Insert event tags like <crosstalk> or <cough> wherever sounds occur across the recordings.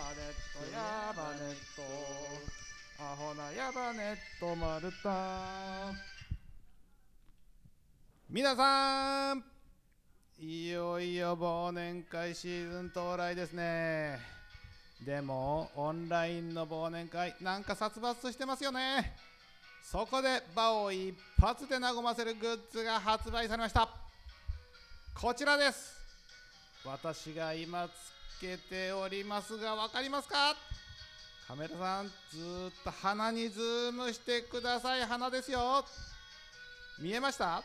とヤバネットアホなヤバネット丸太皆さんいよいよ忘年会シーズン到来ですねでもオンラインの忘年会なんか殺伐してますよねそこで場を一発で和ませるグッズが発売されましたこちらです私が今つけておりますが分かりますかカメラさんずーっと鼻にズームしてください鼻ですよ見えました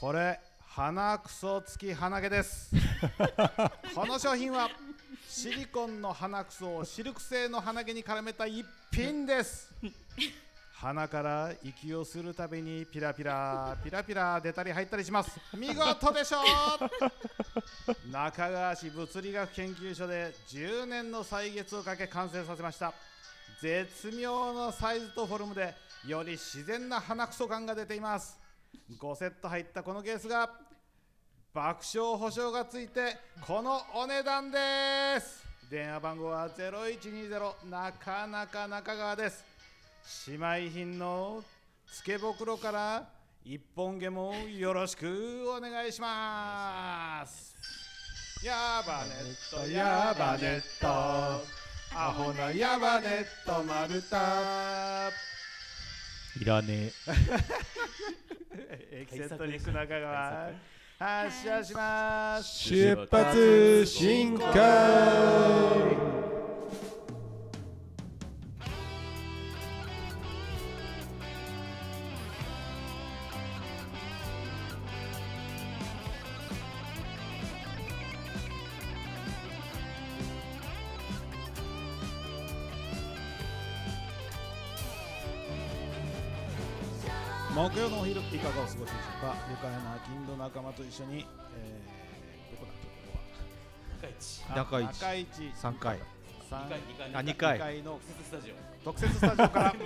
これ鼻くそ付き鼻毛ですこの商品はシリコンの鼻くそをシルク製の鼻毛に絡めた一品です鼻から息をするたびにピラピラピラピラ出たり入ったりします見事でしょう <laughs> 中川市物理学研究所で10年の歳月をかけ完成させました絶妙なサイズとフォルムでより自然な鼻くそ感が出ています5セット入ったこのケースが爆笑保証がついてこのお値段です電話番号は0120なかなか中川です姉妹品のつけ袋から一本毛もよろしくお願いしますやばねっとやばねっとアホなやばねっとまるたいらね <laughs> エキセントリック中川発車します出発進化木曜のお昼いかがお過ごしでしょうか愉快な金土仲間と一緒に、えー、どこだこえこ中は一あ中市3回三あ2二回階のスタジオ特設スタジオから <laughs> 調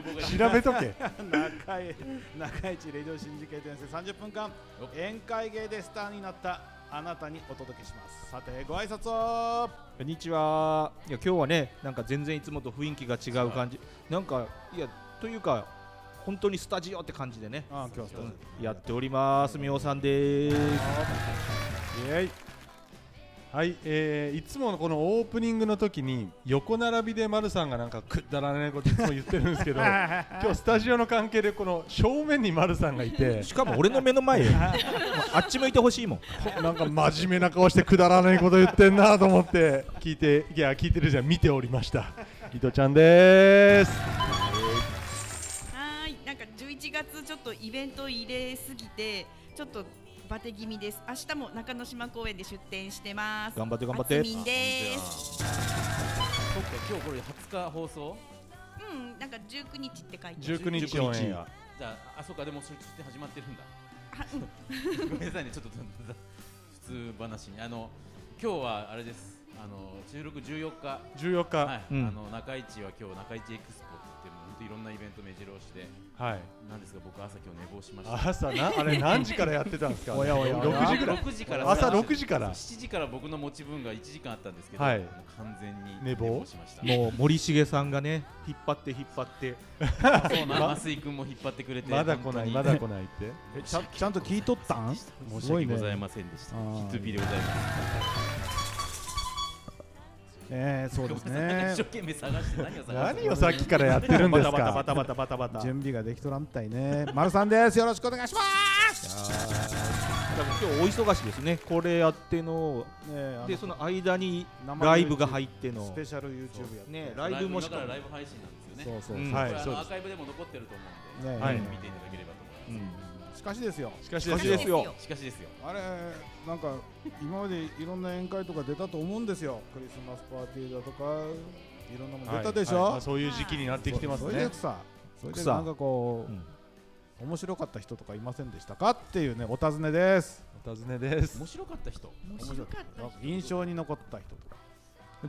べと中け井中市レディオ新宿系店で30分間宴会芸でスターになったあなたにお届けしますさてご挨拶をこんにちはいや今日はねなんか全然いつもと雰囲気が違う感じなんかいやというか本当にスタジオって感じでね、あ今日スタジやっておりますみおさんでーすイエイはい、えーいつもこのオープニングの時に横並びで丸さんがなんかくだらないこといつも言ってるんですけ <laughs> ど今日スタジオの関係でこの正面に丸さんがいて <laughs> しかも俺の目の <laughs> 前よもうあっち向いてほしいもんこなんか真面目な顔してくだらないこと言ってんなと思って聞いていや聞いてるじゃん見ておりました伊藤ちゃんでーすはーい、なんか11月ちょっとイベント入れすぎてちょっとバテ気味です。明日も中之島公園で出店してます。頑張って頑張ってあつみんです。そっか今日これ20日放送うん、なんか19日って書いてる。 19日オンエじアゃああそっかでもそれって始まってるんだごめんなさいねちょっと普通話にあの今日はあれですあの収録14日14日はい、うんあの中市は今日中市エクスポって言ってもう本当いろんなイベント目白押してはいなんですが僕朝今日寝坊しました朝なあれ何時からやってたんですかおやおやおや6時ぐらい6時から朝6時から7時から僕の持ち分が1時間あったんですけど、はいもう完全に寝坊しましたもう森重さんがね引っ張って引っ張ってそうなの増井君も引っ張ってくれてまだ来ないまだ来ないってえちゃんちゃんと聞いとったん申し訳ございませんでした。すごいねヒットビでございます。えー、そう <laughs> ですね一生懸命探して何を探してた何をさっきからやってるんですかバタバタバタバタバタバタ準備ができとらんたいね丸さんですよろしくお願いします多分今日お忙しいですねこれやってのねあでその間に生ライブが入ってのスペシャル YouTube やってねラライイブブももだしかからもライブ配信なんですそうよね。そうそう、うんはいこれあそうのでアーすカイブでも残ってると思うんで、ねえはい見ていただければと思います。しかしですよしかししかしですよしかしですよ。あれなんか今までいろんな宴会とか出たと思うんですよクリスマスパーティーだとかいろんなもの出たでしょ、はいはいまあそういう時期になってきてますそれねでさそれで草なんかこう、面白かった人とかいませんでしたかっていうねお尋ねですお尋ねです面白かった人。面白かった印象に残った人とか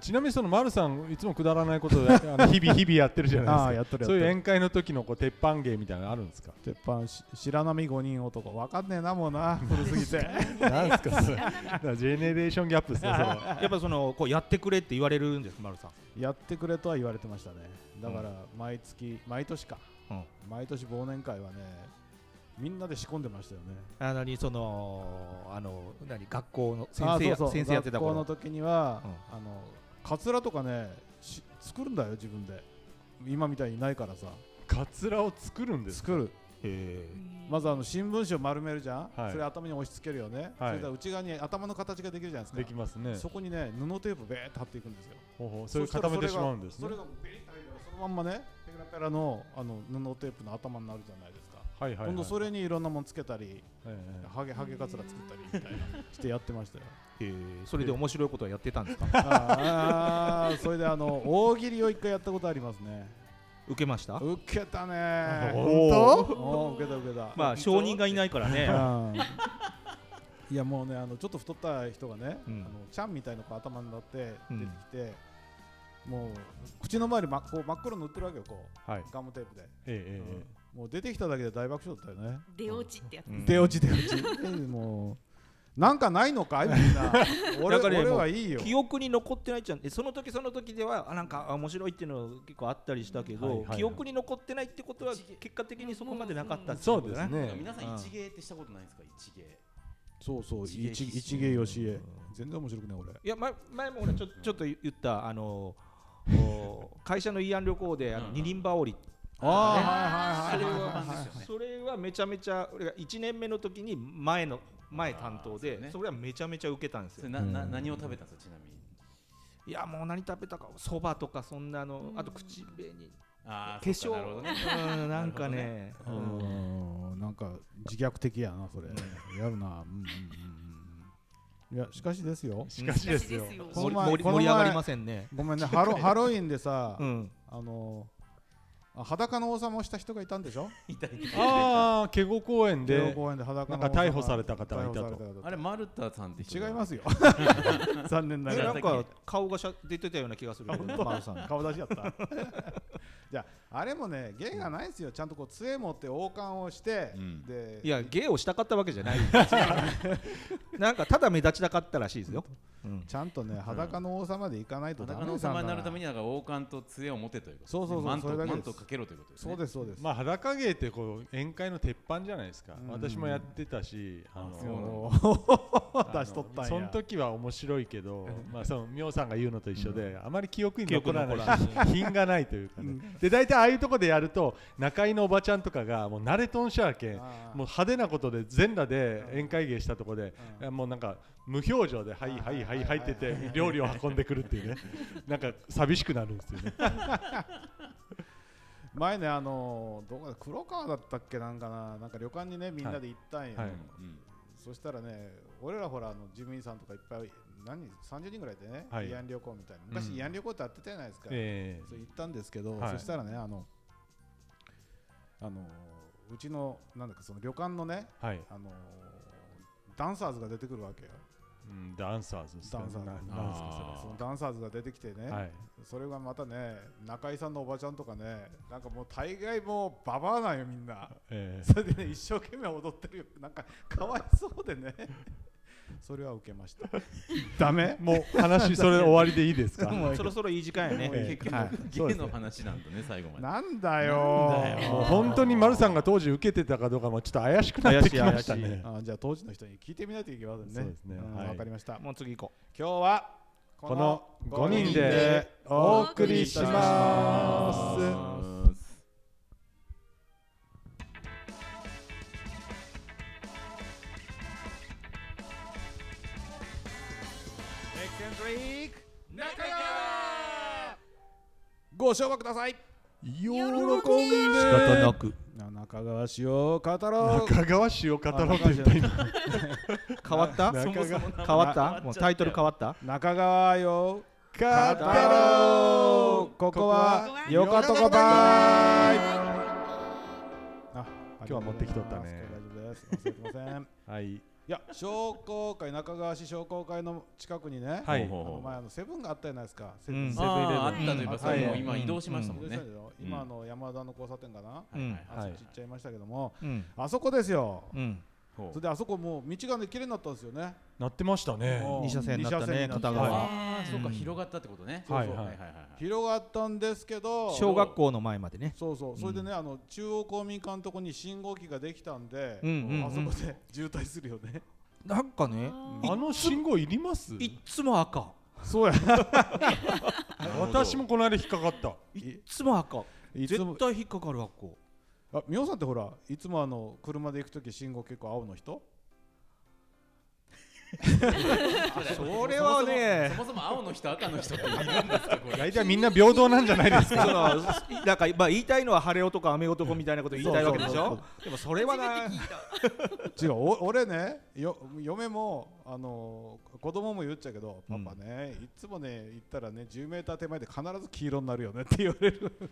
ちなみにその丸さんいつもくだらないことをやあの日々日々やってるじあゃなあいやでっとするやっとるかそういう宴会の時のこう鉄板芸みたいなのあるんですか鉄板し白波五人男わかんねえなもうな古すぎてなんですかそれだから <laughs> ジェネレーションギャップですねそれはやっぱそのこうやってくれって言われるんです丸さん、やってくれとは言われてましたねだから毎月毎年かうん、毎年忘年会はねみんなで仕込んでましたよねあのにそのあの何学校の先あ生やそうそう先生やってた学校頃の時には、うあのカツラとかねし作るんだよ自分で今みたいにないからさカツラを作るんですか作るへまずあの新聞紙を丸めるじゃん、はいそれ頭に押し付けるよね、はいそれで内側に頭の形ができるじゃないですかできますねそこにね布テープべーって貼っていくんですよほうほうそれを固めてしまうんですそねれがベリッと入るからそのまんまねペラペラのあの布テープの頭になるじゃないですか、はいはいはい今度それにいろんなもんつけたり、ええええハゲハゲカツラ作ったりみたいなしてやってま <laughs> したよえそれで面白いことはやってたんですかあーそれであの大喜利を一回やったことありますね受けました受けたねおおー受けた受けたまあ証人がいないからねうんいやもうねあのちょっと太った人がね、うんあのちゃんみたいな子頭になって出てうんきて、もう口の周り、ま、こう真っ黒塗ってるわけよこはいうガムテープで、ええええええもう出てきただけで大爆笑だったよね出落ちってやつ。うん出落ち出落ちえ <laughs> もうなんかないのかいみん <laughs> な俺なんかね俺はいいよ記憶に残ってないじゃんえその時その時ではあなんかあ面白いっていうの結構あったりしたけはど、いはいはい記憶に残ってないってことは結果的にそこまでなかったっていそうことでだすなんかね皆さうんん一芸ってしたことないんですか一芸そうそう一芸一必一死芸よしえ全然面白くない俺いや前前もほらちょちょっと言ったあのお会社の慰安旅行であのうん二輪羽織ああーれはいはいはいはいは版ですよねそれはめちゃめちゃ俺が1年目の時に前の前担当あーそうでねそれはめちゃめちゃ受けたんですそよれなな何を食べたんですかちなみにいやもう何食べたかそばとかそんなのあと口紅あ化ーそ粧っかなるほどねうんなんかねううんんなんか自虐的やなそれやるなうんうんうんうんいやしかしですよしかしですよ私この盛り前盛りこの前盛り上がりませんねごめんねハロハロウィンでさうんあのあ裸の王様をした人がいたんでしょ痛い痛いああケゴ公園慶応で公園で裸の王な様んか逮捕された方がいたと逮捕されあれマルタさんって人違い <laughs> ますよ <laughs> 残念なえがらなんか顔がしゃ出てたような気がするけど丸さん顔出しだった <laughs> じゃああれもね芸がないんですよちゃんとこう杖持って王冠をして、うんでいや芸をしたかったわけじゃないなんかただ目立ちたかったらしいですよ、うんちゃんとね裸の王様で行かないとダメ裸の王様になるためにになんか王冠と杖を持てということそうそうそうマンそれだけトでマすントをかけろということですねそうですそうです、まあ裸芸ってこう宴会の鉄板じゃないですかうん私もやってたしああのそうなお <laughs> んだ出しとったんやその時は面白いけど、まあ、そのミョウさんが言うのと一緒で、あまり記憶に残らない記憶にし品がないというかね、で大体ああいうとこでやると中居のおばちゃんとかがもう慣れとんしゃあけんもあうー派手なことで全裸で宴会芸したとこで、もうなんか無表情で「はいうんはいはいうんはい」って言って料理を運んでくるっていう <laughs> ねなんか寂しくなるんですよね前ねあのどこだ黒川だったっけなんかななんか旅館にねみんなで行ったんよ、はいうんそしたらね俺らほらあの事務員さんとかいっぱい何30人ぐらいでね、はい慰安旅行みたいなう昔ん慰安旅行ってやってたじゃないですか、えそれ行ったんですけど、はいそしたらねあのあのうちのなんだかその旅館のねえはい、あのダンサーズが出てくるわけようん、ダンサーズですかダンサーズななんなんですあーそのダンサーズが出てきてね、かはいそれがまたね中居さんのおばちゃんとかねなんかもう大概もうババアなんよみんなええそれでね一生懸命踊ってるよなんかかわいそうでねそれは受けましたダメもう話それ終わりでいいで <laughs> すかそろそろいい時間やね、もういいええ結局はいそうで芸すねの話なんだね最後までなんだよなんだよもう本当に丸さんが当時受けてたかどうかもちょっと怪しくなってきました怪しい怪 <laughs> ね。あじゃあ当時の人に聞いてみないといけませんねそうですねんはいわかりましたもう次行こ今日はこの5人でおお送送りりししま。ますご唱和ください喜んう仕方なでく中川氏を語ろう中川氏を語ろうと言った今変わった中川変わったもうタイトル変わった <laughs> 中川よ語ろうこここはこはよかとこばーいあ今日は持ってきとったねありがとうございます大丈夫です忘れてませんはいいや商工会中川市商工会の近くにね、はいほうあほのうほう前あのセブンがあったじゃないですかセうブンんセあブンああセブンイレブンったといえばそれも今うん移動しましたもんねでしたけど今あの山田の交差点かな、うんはいはあそいこちっちゃいましたけども、うんあそこですよ、うんほそうれであそこもう道がね綺麗になったんですよねなってましたねもう二車線になったね二車線にな片は側いああそうかうん広がったってことねそうそうはいはいはい広がったんですけど小学校の前までねそうそうそれでね、あの中央公民館のとこに信号機ができたんで、うんうんうんあそこで渋滞するよねなんかねあの信号いりますいっつも赤そうや <laughs> 私もこの間引っかかったいっつも赤いつも絶対引っかかる赤あ美穂さんってほらいつもあの車で行く時信号結構青の人それそもはそもねそもそも青の人赤の人っているんですかこれ大体みんな平等なんじゃない <laughs> ですそかのなんかまあ言いたいのは晴れ男雨男みたいなこと言いたいわけでしそうそうょでもそれはな違うお俺ねよ嫁もあの子供も言っちゃうけどパうんパね、いつもね行ったらね10メーター手前で必ず黄色になるよねって言われる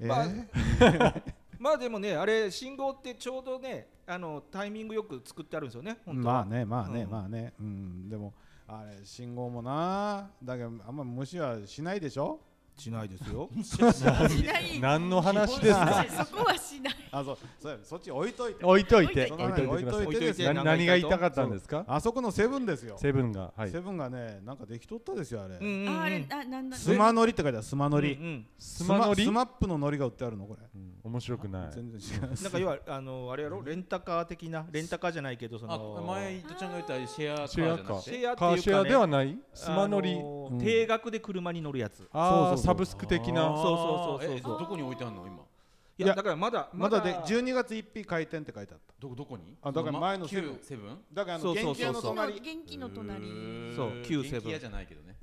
えー <laughs> まあまあでもねあれ信号ってちょうどねあのタイミングよく作ってあるんですよね本当まあはねまあね、うんまあねうんでもあれ信号もなだけどあんま無視はしないでしょしないですよしない何の話ですかそこはしないあそうそうやそっち置いといて置いといてそ置の前に置いとい置ていといですて置ねいといてな何が言いたかったんですかあそこのセブンですよ、セブンがはいセブンがねなんかできとったですよあれ、うんうんうんああれななんだスマ乗りって書いてあるスマ乗り、うんうんスマ乗りスマップの乗りが売ってあるのこれ、面白くない全然違うなんか要はあのあれやろレンタカー的なレンタカーじゃないけどそあの前伊藤ちゃんが言ったシェアカーじシェゃアなカくシてェアってカいうか、ーね、シェアではないスマ乗りあのうん定額で車に乗るやつあそあうそうそうサブスク的あなーそうそうそうそうえそうどこに置いてあるの今いいややだからまだまだで12月1日開店って書いてあったどどこにあだから前のセセブブンンセブンだからあそのうそうそう元気屋のそう隣元気の隣そう旧セブン元気屋じゃないけどね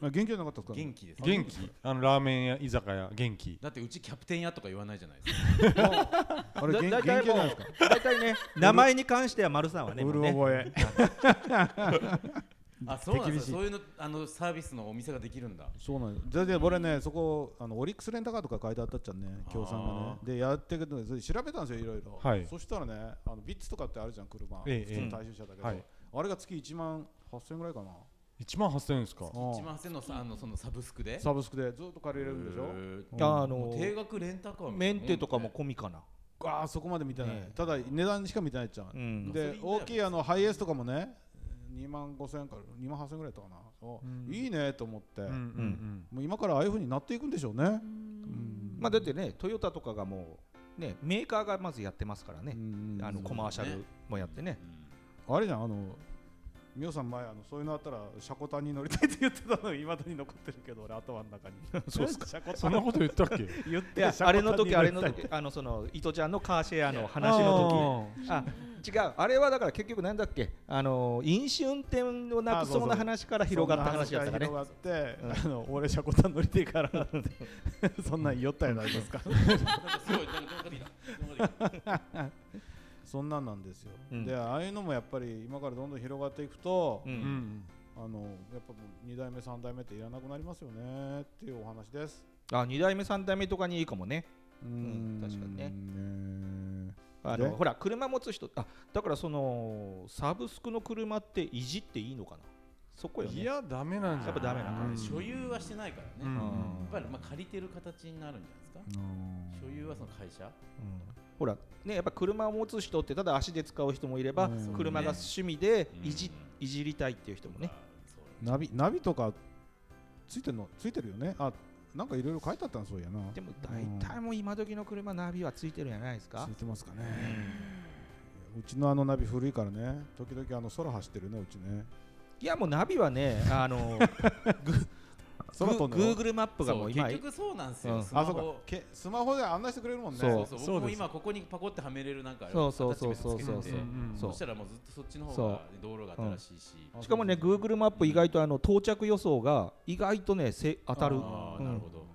まあ元気じゃなかったですか元気です元気あのラーメン屋居酒屋元気だってうちキャプテン屋とか言わないじゃないですかあれ元気だ元気いじたゃいもうないですか大体ね名前に関しては丸さんはねうるもうね覚えあそうなんで手厳すしいよそういうのあのサービスのお店ができるんだそうなんですでで俺ねそこあのオリックスレンタカーとか書いてあったっちゃんね協賛がねあでやってくるので調べたんですよいろいろ、はいそしたらねあのビッツとかってあるじゃん車、ええ普通の大衆車だけど、はいあれが月1万8000円ぐらいかな1万8000円ですかうん1万8000のさあのそのサブスクでサブスクでずっと借りれるんでしょょあもあのう定額レンタカーみたいなメンもんテとかも込みかな、ああそこまで見てない、ねえただ値段しか見てないっちゃんう、ん、それいいんでだよ大きいあのハイエースとかもね2万5000円から2万8000円ぐらいだったかなおうんいいねと思って、うんうんうんもう今からああいう風になっていくんでしょうね、うんまあだってねトヨタとかがもうねメーカーがまずやってますからね、うんあのコマーシャルもやってねあれじゃんあのみおさん前あのそういうのあったらシャコタンに乗りたいって言ってたのいまだに残ってるけど俺頭の中に <laughs> そう <laughs> すかシャコタそンんなこと言ったっけ言っていやシャコタンあれの時にあ乗れりたのい時あのその伊藤ちゃんのカーシェアの話の時あ違うあれはだから結局なんだっけあの飲酒運転をなくそうな話から広がった話だったからねそんな話が広がって、あの俺シャコタン乗りてえからって <laughs> そんなん酔ったやないですかなんかすごいなんかなんかできたなんかできたそんなんなんですよ、うんでああいうのもやっぱり今からどんどん広がっていくと、ううんんあのやっぱもう2代目3代目っていらなくなりますよねっていうお話ですあ2代目3代目とかにいいかもねうん確かにねねあでのほら車持つ人あだからそのサブスクの車っていじっていいのかなそこよねいやダメなんじゃないやっぱダメな感うんじ所有はしてないからねうんやうんっぱりまあ借りてる形になるんじゃないでうんすか所有はその会社うんほらねやっぱ車を持つ人ってただ足で使う人もいればうん車が趣味でいじ,、ういじりたいっていう人もあねそうナビナビとかついてるのついてるよねあなんかいろいろ書いてあったんそういやなでも大体もう今時の車ナビはついてるんじゃないですかつい、てますかねうちのあのナビ古いからね時々あの空走ってるねうちねいやもうナビはねあの空飛んでる Google マップがもう今そう結局そうなんですうんよスマあそうかホけスマホで案内してくれるもんねそうそうそう僕もです今ここにパコってはめれるなんかあれそうそうそうそうアタッチメントつけててうんうんそうそしたらもうずっとそっちのそ方うが道路が新しいしあしかもね Google マップ意外とあの到着予想が意外とねせ当たる、あーうんなるほど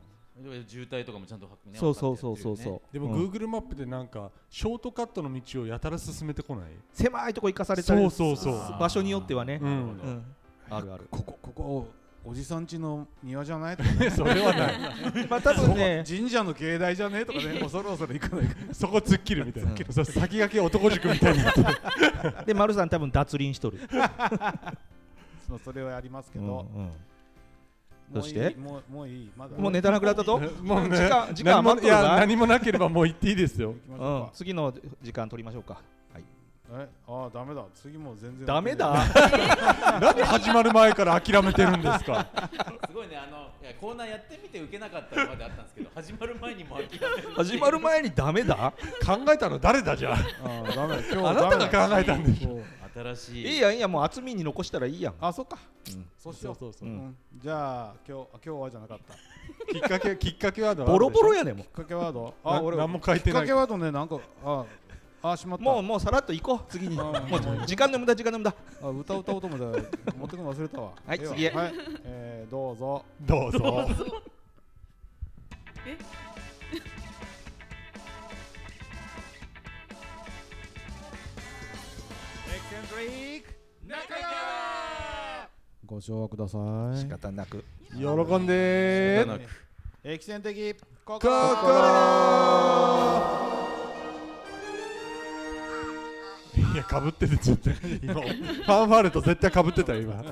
で渋滞とかもちゃんとねそうそうそうそう分かってやってるよねそうでもうん Google マップでなんかショートカットの道をやたら進めてこない <laughs> 狭いとこ行かされたりそうそうそう場所によってはねうなるんほどうんあるあるここここおじさん家の庭じゃないとかねそれはない <laughs> まあ多 <laughs> 分ね神社の境内じゃねとかね恐る恐る行かないかそこ突っ切るみたいな突っ切そう先駆け男塾みたいなで丸さん多分脱輪しとるらそれはありますけど、もうんうんうどうしていいもうもういいまだもうネタなくなったともうね時間時間何も余いっとるやか何もなければもう行っていいです <laughs> 行よきましうんょ次の時間取りましょうかうか、えああダメだ次もう全然ダメだなんで始まる前から諦めてるんですかすごいねあのいやコーナーやってみて受けなかったのまであったんですけど <laughs> 始まる前にもう諦める始まる前にダメだ考え <laughs> たの誰だじゃあああダメだ今日 <laughs> あなたが考えたんでしょ新しいいいやいいやもう厚みに残したらいいやんあそっか、うんそうしようそうそううんうんじゃあ今日あ今日はじゃなかったききっかけきっかけワードはあボるでしロょボロやねもっかけワードなあ俺何も書いきてっなかいけワードねなんかああしまっうたもうもうさらっと行こう次にあももうう時間の無駄時間の無駄あ歌歌おうと思ったら持ってくの忘れたわはいで次へはい、えー、どうぞどうぞご唱和くださ仕い方なく喜んで仕方なくエキセン的心心いやかぶっててちょっと今ファンファーレと絶対かぶってたよ今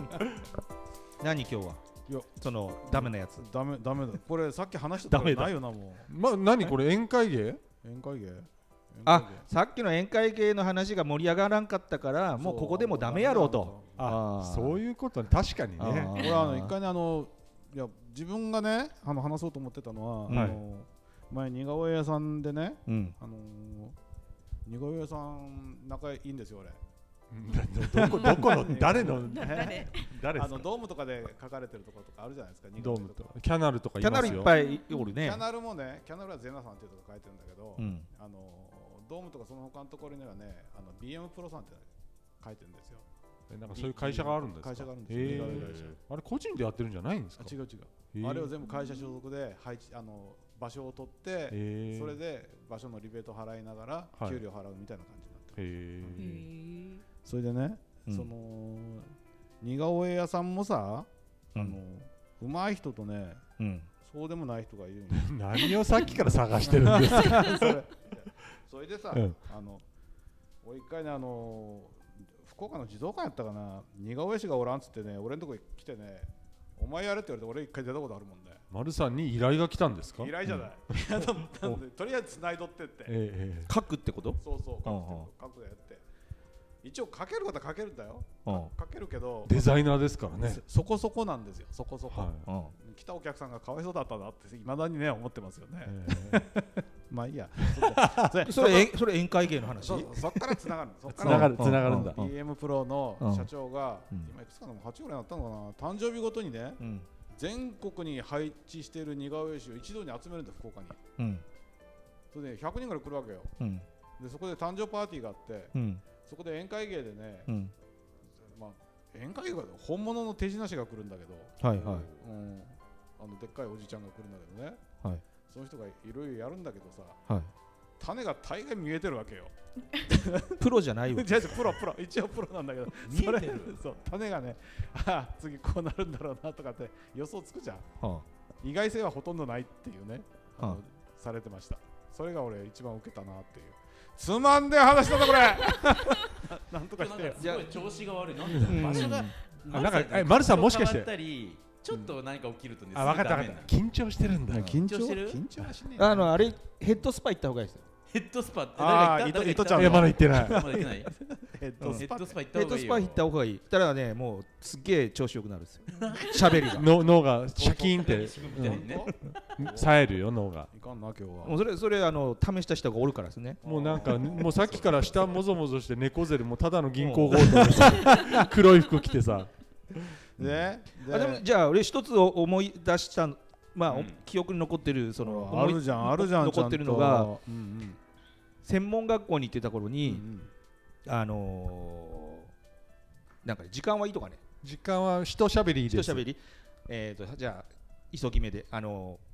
何今日はいやそのダメなやつダメダメだこれさっき話したとこダメだないよなもま何これ宴会芸う宴会芸宴会芸あさっきの宴会芸の話が盛り上がらんかったからもうここでもダメやろうとああーそういうことね確かにあーね俺あの一回ねあのいや自分がねあの話そうと思ってたのは、はいあの前似顔絵屋さんでねうんあの似顔絵屋さん仲いいんですよ俺どこどこの誰の誰誰であすのかドームとかで書かれてるところとかあるじゃないですか似ド顔絵ームととかキャナルとかいキャまナルすいっよぱいおるキねャナルもねキャナルはゼナさんっていうとこ書いてるんだけど、うんあのドームとかその他のところにはねあの BM プロさんって書いてるんですよえなんかそういう会社があるんですか会社があるんですよへー似顔絵会社あれ個人でやってるんじゃないんですあか違う違う、へーあれは全部会社所属で配置あの場所を取って、へーそれで場所のリベート払いながらはい給料払うみたいな感じになってる、へへーーそれでね、うんその似顔絵屋さんもさ、あの上手い人とねうんそうでもない人がいるんよ何をさっきから探してるんですかそれそれでさ、うんあの俺一回ねあの福岡の児童館やったかな似顔絵師がおらんっつってね俺のとこ来てねお前やれって言われて俺一回出たことあるもんね丸さんに依頼が来たんですか依頼じゃ <laughs> ない、いやと思ったんでとりあえず繋いどってってええ書くってことそうそううんうん書く書くやって一応書けることは書けるんだようん書けるけどデザイナーですからねそそこそこなんですよそこそこ、はうん来たお客さんがかわいそうだったなっていまだにね思ってますよね、いえまあいいや <laughs> それえそれ宴会芸の話そうそっからつながるそっかえ繋がらる繋がるんだうん BM プロの社長が、うん今いくつかの8ぐらいになったのかな誕生日ごとにねうん全国に配置している似顔絵師を一堂に集めるんだ福岡にうんそれで100人ぐらい来るわけようんでそこで誕生パーティーがあってうんそこで宴会芸でね、うんまあ、宴会芸が本物の手品師が来るんだけど、はいはいうん、あのでっかいおじちゃんが来るんだけどね、はいその人がいろいろやるんだけどさはい種が大概見えてるわけよ。 <laughs> プロじゃないわ <laughs> じゃあプロプロ一応プロなんだけど見そえれてるそう種がね <laughs> ああ次こうなるんだろうなとかって予想つくじゃんは意外性はほとんどないっていうねあのはされてましたそれが俺一番受けたなっていうつまんで話だなこ <laughs> れなんとかしてよなんかすごい調子が悪いなんだうん場所があなんかえ丸さんもしかして場所が変わったりちょっと何か起きるとねあ分かった分かった緊張してるんだ緊張してる緊張はしねえなあのあれヘッドスパ行った方がいいですよヘッドスパってあー誰が行伊った藤ちゃんいのやまだ言ってなまいだ行ってないヘッヘドスパッってドスパ行った方ヘッドがいスいパよ行った方がいいたらねもうすっげえ調子よくなるんですよ <laughs> 喋りがの脳がシャキーンって自分みたいにね本冴えるよ脳が当いかんな今日はもうそれそれあの試した人がおるからですねもうなんかもうさっきから下もぞもぞして猫背でもうただの銀行強盗でさ <laughs> 黒い服着てさであでもじゃあ俺一つを思い出したのまあ、おうん記憶に残ってるそのあ思いるじゃんあるじゃん残ってるのちゃんがとうんうん専門学校に行ってた頃うんうに、んあのー、なんかね時間はいいとかね時間は人しゃべり一です喋りえー、とじゃあ急ぎ目であのー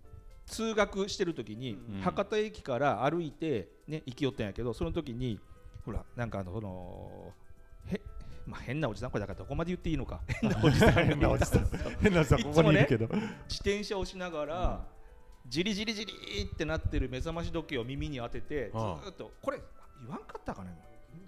通学してる時に、うん博多駅から歩いてね行きよったんやけどその時にほらなんかあのそのへまあ、変なおじさんこれだからどこまで言っていいのか <laughs> 変なおじさん変なおじさん変なおじさんいつもこねこにいるけど、自転車をしながら、じりじりじりってなってる目覚まし時計を耳に当てて、ああずーっとこれ言わんかったかね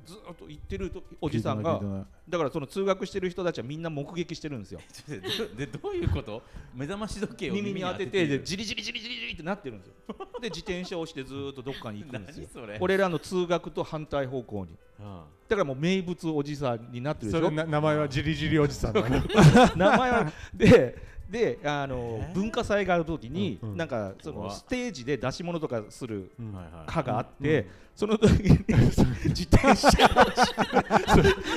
ずーっと言ってるとおじさんがだからその通学してる人たちはみんな目撃してるんですよちょっと待ってでどういうこと目覚まし時計を耳耳にに当当ててててでじりじりじりじりじりってなってるん <laughs> ですよで自転車を押してずーっとどっかに行くんですよ何それ俺らの通学と反対方向にうんだからもう名物おじさんになってるでそれしょな名前はじりじりおじさんだね <laughs> 名前はでであの、えー文化祭がある時に、うんうんなんかその怖っステージで出し物とかするうん <laughs> はいはい課があって、その時 <laughs> に自転車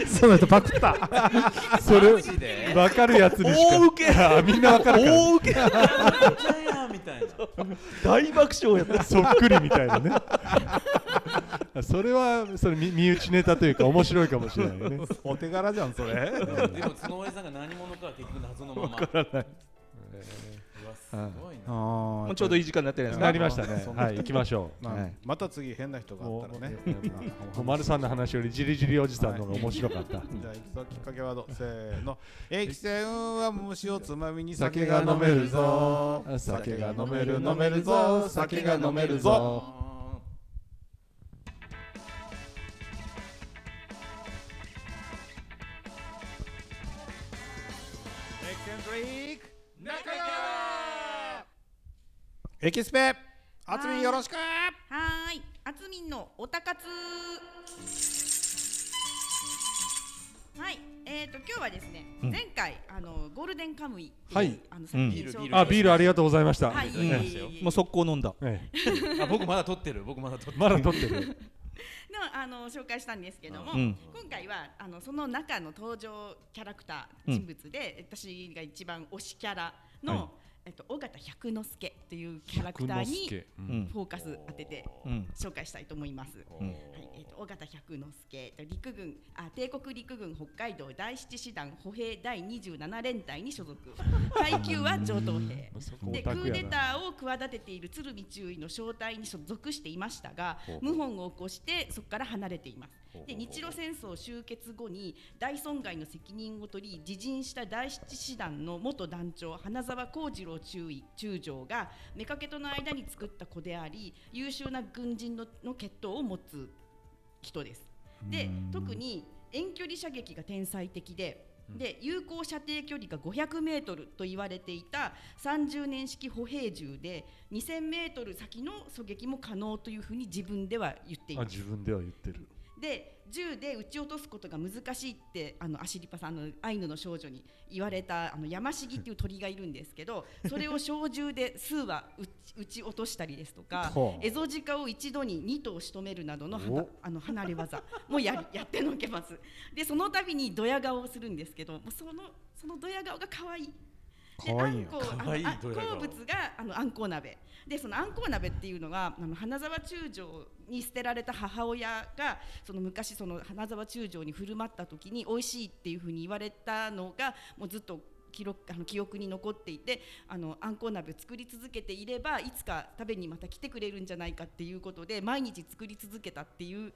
その人パクった。 <laughs> それマジで分かるやつにし大受けかあみんな分かるか大受けなんじゃやみた <laughs> いな大爆笑やったらそっくりみたいなね <laughs> それはそれ身身内ネタというか面白いかもしれないねお手柄じゃん、 <laughs> それ。でもそのおじさんが何者かは結局謎のままからないうわすごいなあ <laughs> もうちょうどいい時間になってるんです <laughs> かなりましたねそんなはい行きましょうまあはいまた次変な人があったらね。 <laughs> もう丸さんの話よりじりじりおじさんの方が面白かった、じゃあ行くぞきっかけワード <laughs> せーの駅船は虫をつまみに酒が飲めるぞ酒が飲める飲めるぞ酒が飲めるぞエキセントリック中川エキスペあつみよろしくはーい、あつみんのおたかつ。はい、えっ、ー、と、今日はですね、うん前回、あの、ゴールデンカムイ。はい、あの、作品ビール紹介ビあビールありがとうございました、はい、いいただきましたよえいえいえもう速攻飲んだええあ僕まだ撮ってる僕まだ撮ってるまだ撮って <laughs> るのあの紹介したんですけども、うん今回はあのその中の登場キャラクタうんー人物で、私が一番推しキャラの、はいえっと尾形百之助というキャラクターにうんフォーカス当ててうん紹介したいと思います。うんはい、えっ、と尾形百之助と陸軍あ帝国陸軍北海道第七師団歩兵第27連隊に所属。 <laughs> 階級は上等兵。でクーデターを企てている鶴見中尉の正体に所属していましたがほうほう謀反を起こしてそこから離れていますほうほうほうで日露戦争終結後に大損害の責任を取り自陣した第七師団の元団長花沢幸次郎中尉中将が妾との間に作った子であり優秀な軍人のの血統を持つ人です。で特に遠距離射撃が天才的で。で有効射程距離が500メートルと言われていた30年式歩兵銃で2000メートル先の狙撃も可能というふうに自分では言っていあます自分では言ってるで銃で撃ち落とすことが難しいってあのアシリパさんのアイヌの少女に言われたあのヤマシギっていう鳥がいるんですけどそれを小銃で数羽撃ち撃ち落としたりです <laughs> とかほうエゾジカを一度に2頭仕留めるなどのはおなあの離れ技もやりやってのけますでその度にドヤ顔をするんですけどもうそのそのドヤ顔が可愛いで可愛いよあんこ可愛いあのあドヤ顔好物があのあんこう鍋でそのあんこう鍋っていうのがあの花沢中将に捨てられた母親がその昔その花沢中将に振る舞った時に美味しいっていうふうに言われたのがもうずっと記録あの記憶に残っていてあのあんこう鍋を作り続けていればいつか食べにまた来てくれるんじゃないかっていうことで毎日作り続けたっていう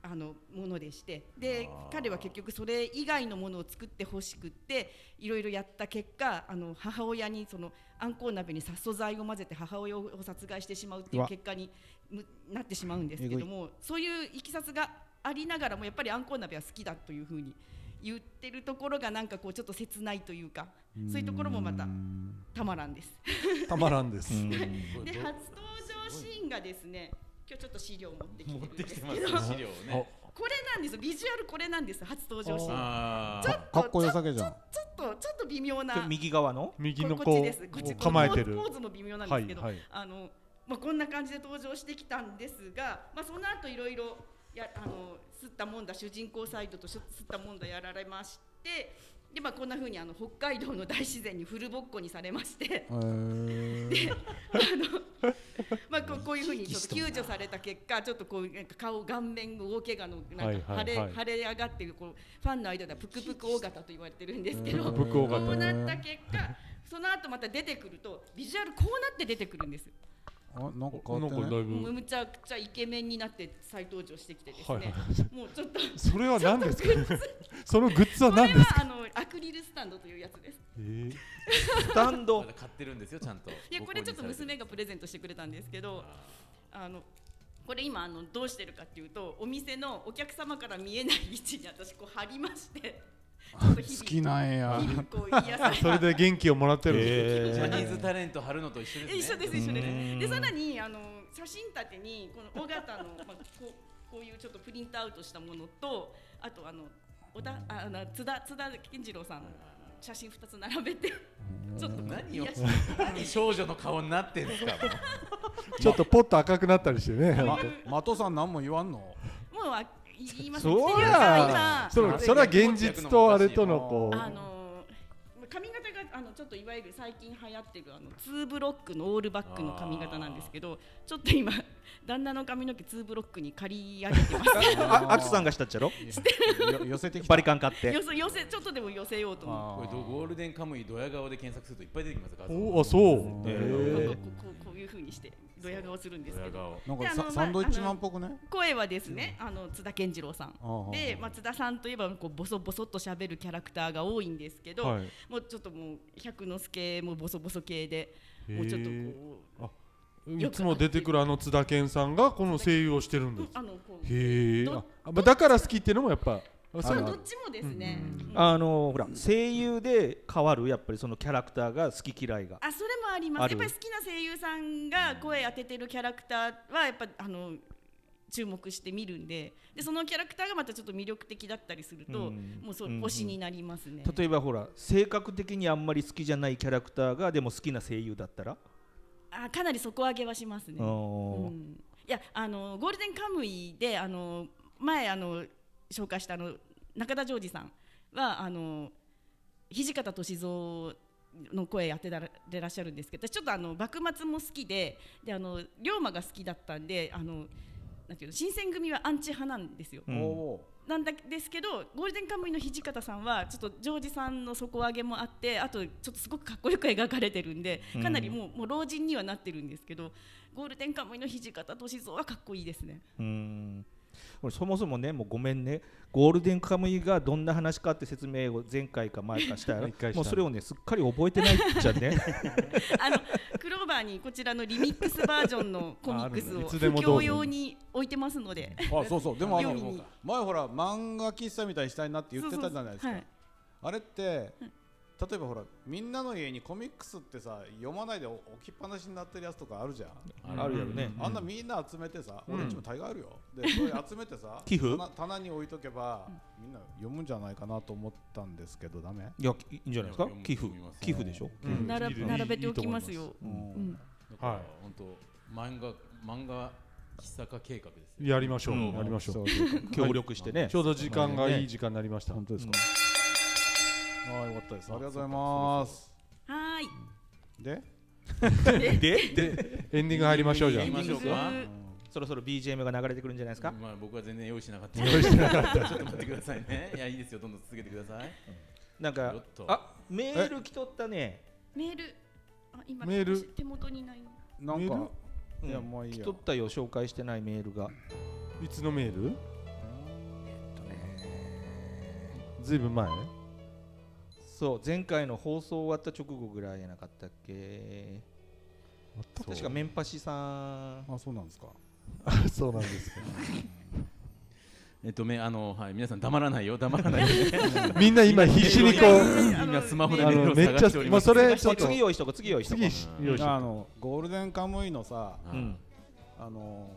あのものでしてであー彼は結局それ以外のものを作ってほしくっていろいろやった結果あの母親にそのあんこう鍋に殺素剤を混ぜて母親を殺害してしまうっていううわ結果にむなってしまうんですけどもそういういきさつがありながらもやっぱりあんこう鍋は好きだというふうに言ってるところがなんかこうちょっと切ないというかそういうところもまたたまらんです。たまらんです、こでれ初ど登場シーンがですね今日ちょっと資料を持ってきてる持んってできすてけどまこすれね資料をねなんですよビジュアルこれなんです初登場シーンあちょーっとかっこよさげじゃん。ちょっとちょっと微妙なで右側の右の子ここっちをですこっち構えてるポーズポーズも微妙なんですけど、あのまあこんな感じで登場してきたんですが、まあその後いろいろやあの吸ったもんだ主人公サイドとしょ吸ったもんだやられまして、でまあこんな風にあの北海道の大自然にフルボッコにされまして。へーまあ、こうこういうふうにちょっと救助された結果ちょっとこうなんか顔顔面大怪我のなんかは腫いはいれ,、はい腫れ上がってるこうファンの間ではプクプク大型と言われてるんですけど <laughs> プクプク大型こうなった結果その後また出てくるとビジュアルこうなって出てくるんですあなんか変なわんってなかだいいぶむちゃくちゃイケメンになって再登場してきてですね、はいはいもうちょっとそれは何ですか <laughs> そのグッズは何ですかあのアクリルスタンドというやつですえスタンドまだ買ってるんですよちゃんといやこれちょっと娘ががプレゼントしてくれたんですけどあのこれ今あのどうしてるかっていうとお店のお客様から見えない位置に私こう貼りましてちょっと日々好きなんや日々こう癒されーそれで元気をもらってるんですジャニえーズタレント貼るのと一緒ですえね一緒です一う緒ーんです。でさらにあの写真立てにこの尾形のまあこうこういうちょっとプリントアウトしたものとあとあの小田ああの津田津田健次郎さんの写真二つ並べてちょっと何を癒し何少女の顔になってんです <laughs> かもうちょっとポッと赤くなったりしてねま、的さん何も言わんのもうあ言いますそうっていうやかそれそれは現実とあれとのこ今あうの髪型があのちょっといわゆる最近流行ってるあのツーブロックのオールバックの髪型なんですけどちょっと今 <laughs> 旦那の髪の毛ツーブロックに刈り上げてますああつさんがしたっちゃろよ寄せてきたバリカン買って寄せ寄せちょっとでも寄せようと思って。これどゴールデンカムイドヤ顔で検索するといっぱい出てきますよ画像おあそうえこうえこうこうこういう風にしてドヤ顔するんでドすけヤどな顔んでかあサのサンドイッチまあマンっぽくね声はですね、あの津田健次郎さんあーで、まあ、津田さんといえばこうボソボソっと喋るキャラクターが多いんですけど、はいもうちょっともう百之助もボソボソ系でへーもうちょっとこいつも出てくるあの津田健さんがこの声優をしてるんう、うでんすあのこうへえどだから好きっていうのもやっぱあそそううどっちもですね、うんああのほら声優で変わるやっぱりそのキャラクターが好き嫌いがそれもありまあするやっぱり好きな声優さんが声当ててるキャラクターはやっぱあの注目して見るんででそのキャラクターがまたちょっと魅力的だったりすると、うんもうそううん推しになりますね、例えばほら性格的にあんまり好きじゃないキャラクターがでも好きな声優だったら、あかなり底上げはしますね。おうーんいやあのゴールデンカムイであの前あの紹介したあの中田ジョージさんはあの土方歳三の声当てられらっしゃるんですけど私ちょっとあの幕末も好きでであの龍馬が好きだったんであのなんていうの新選組はアンチ派なんですよ。うんおなんだですけどゴールデンカムイの土方さんはちょっとジョージさんの底上げもあってあとちょっとすごくかっこよく描かれてるんでかなりもう,、もう老人にはなってるんですけどゴールデンカムイの土方歳三はかっこいいですね。うん俺そもそもねもうごめんねゴールデンカムイがどんな話かって説明を前回か前かしたやろ一回したもうそれをねすっかり覚えてないじゃんねあのクローバーにこちらのリミックスバージョンのコミックスああるんをだいつでも不どう況ぞ用に置いてますのでーあそうそうでもあの読みに前ほら漫画喫茶みたいにしたいなって言ってたじゃないですかそうそうそうあはいれって例えばほらみんなの家にコミックスってさ読まないで置きっぱなしになってるやつとかあるじゃんあるやろね、あんなみんな集めてさ、うん、俺んちも大概あるよ。で、それ集めてさ寄付棚棚に置いとけば、みんな読むんじゃないかなと思ったんですけど、ダメ、いやいいんじゃないですかいや寄付読みます寄付でしょうんならいいです並べておきますよ。うんだからはい本当漫画漫画喫茶化計画ですよやりましょう、うんやりましょうそうそう <laughs> そう協力してね、ちょうど時間がいいね時間になりました、本当ですか。ああ、よかったです。ありがとうございます。はーい。で、ででエンディング入りましょうじゃあ行きましょうかそろそろ BGM が流れてくるんじゃないですか、まあ僕は全然用意しなかった用意しなかったちょっと待ってくださいねいやいいですよどんどん続けてくださいなんかよっとあメール来とったねメールあ今メール手元にない。なんメかー、いや、うんもういい来よ。とったよ紹介してないメールがいつのメールずいぶん前そう前回の放送終わった直後ぐらいやなかったっけそう確かメンパシさんあ、そうなんですか。あ <laughs> そうなんですかえっとめあのはい皆さん黙らないよ黙らないよみんな今必死にこう今スマホであメールのをめっち探しておゃりままあすそれちょっと次用意しとこう次用意しとこ次うしうんよしあの、ゴールデンカムイのさ、うん、あの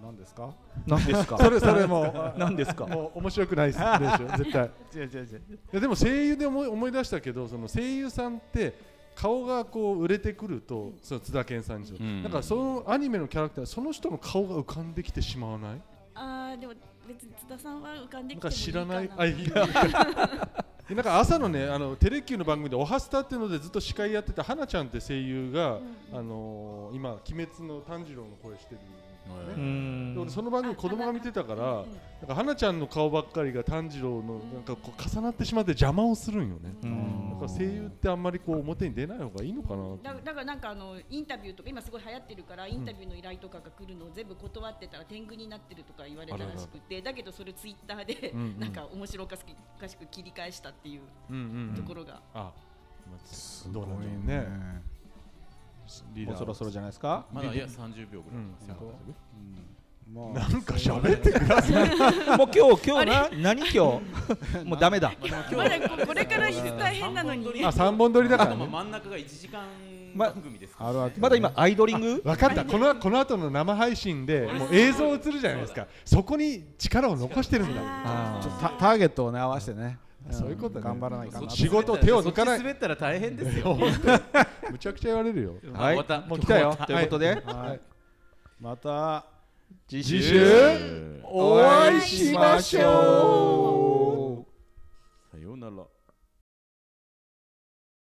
ー、なんですか。何ですかそれそれも何ですう <laughs> かもう面白くないですでしょ絶対違う違う違う。いやでも声優で思い思い出したけどその声優さんって顔がこう売れてくるとその津田健さんにしろ、うんだからそのアニメのキャラクターその人の顔が浮かんできてしまわないあーでも別に津田さんは浮かんでなんきてかもい知いらかな。ないあい <laughs> やなんか朝のねあのテレキューの番組で「おはスタ」っていうのでずっと司会やってた花ちゃんって声優が、あのー今「鬼滅の炭治郎」の声してるんだよねうーんんで俺その番組子供が見てたからなんか花ちゃんの顔ばっかりが炭治郎のなんかこう重なってしまって邪魔をするんよね、うんだから声優ってあんまりこう表に出ない方がいいのかなとだだからなんかあのインタビューとか今すごい流行ってるからインタビューの依頼とかが来るのを全部断ってたら天狗になってるとか言われたらしくてだけどそれをツイッターでうんうんなんか面白おかしくおかしく切り返したっていううんうんところがあすどごういなんだろうねねリーもダうーそろそろじゃないですかまだいや30秒ぐらいうんですよもう <laughs> なんか喋ってください <laughs> もう今日今日な何 <laughs> 今日もうダメだまあでもま今だここれから大変なのに日ねあ三本撮りだかあら、とねまあ、真ん中が1時間ま番組ですあるわけまだ今アイドリング分かったこのこの後の生配信でもう映像映るじゃないですかそこに力を残してるんだあちょっとタターゲットをね合わせてねんそういうことね頑張らないかそなっとち仕事手を抜かないそっち滑ったら大変ですよむちゃくちゃ言われるよーまあまたもう来たよ今日ということではいまた次次週お会いしましょう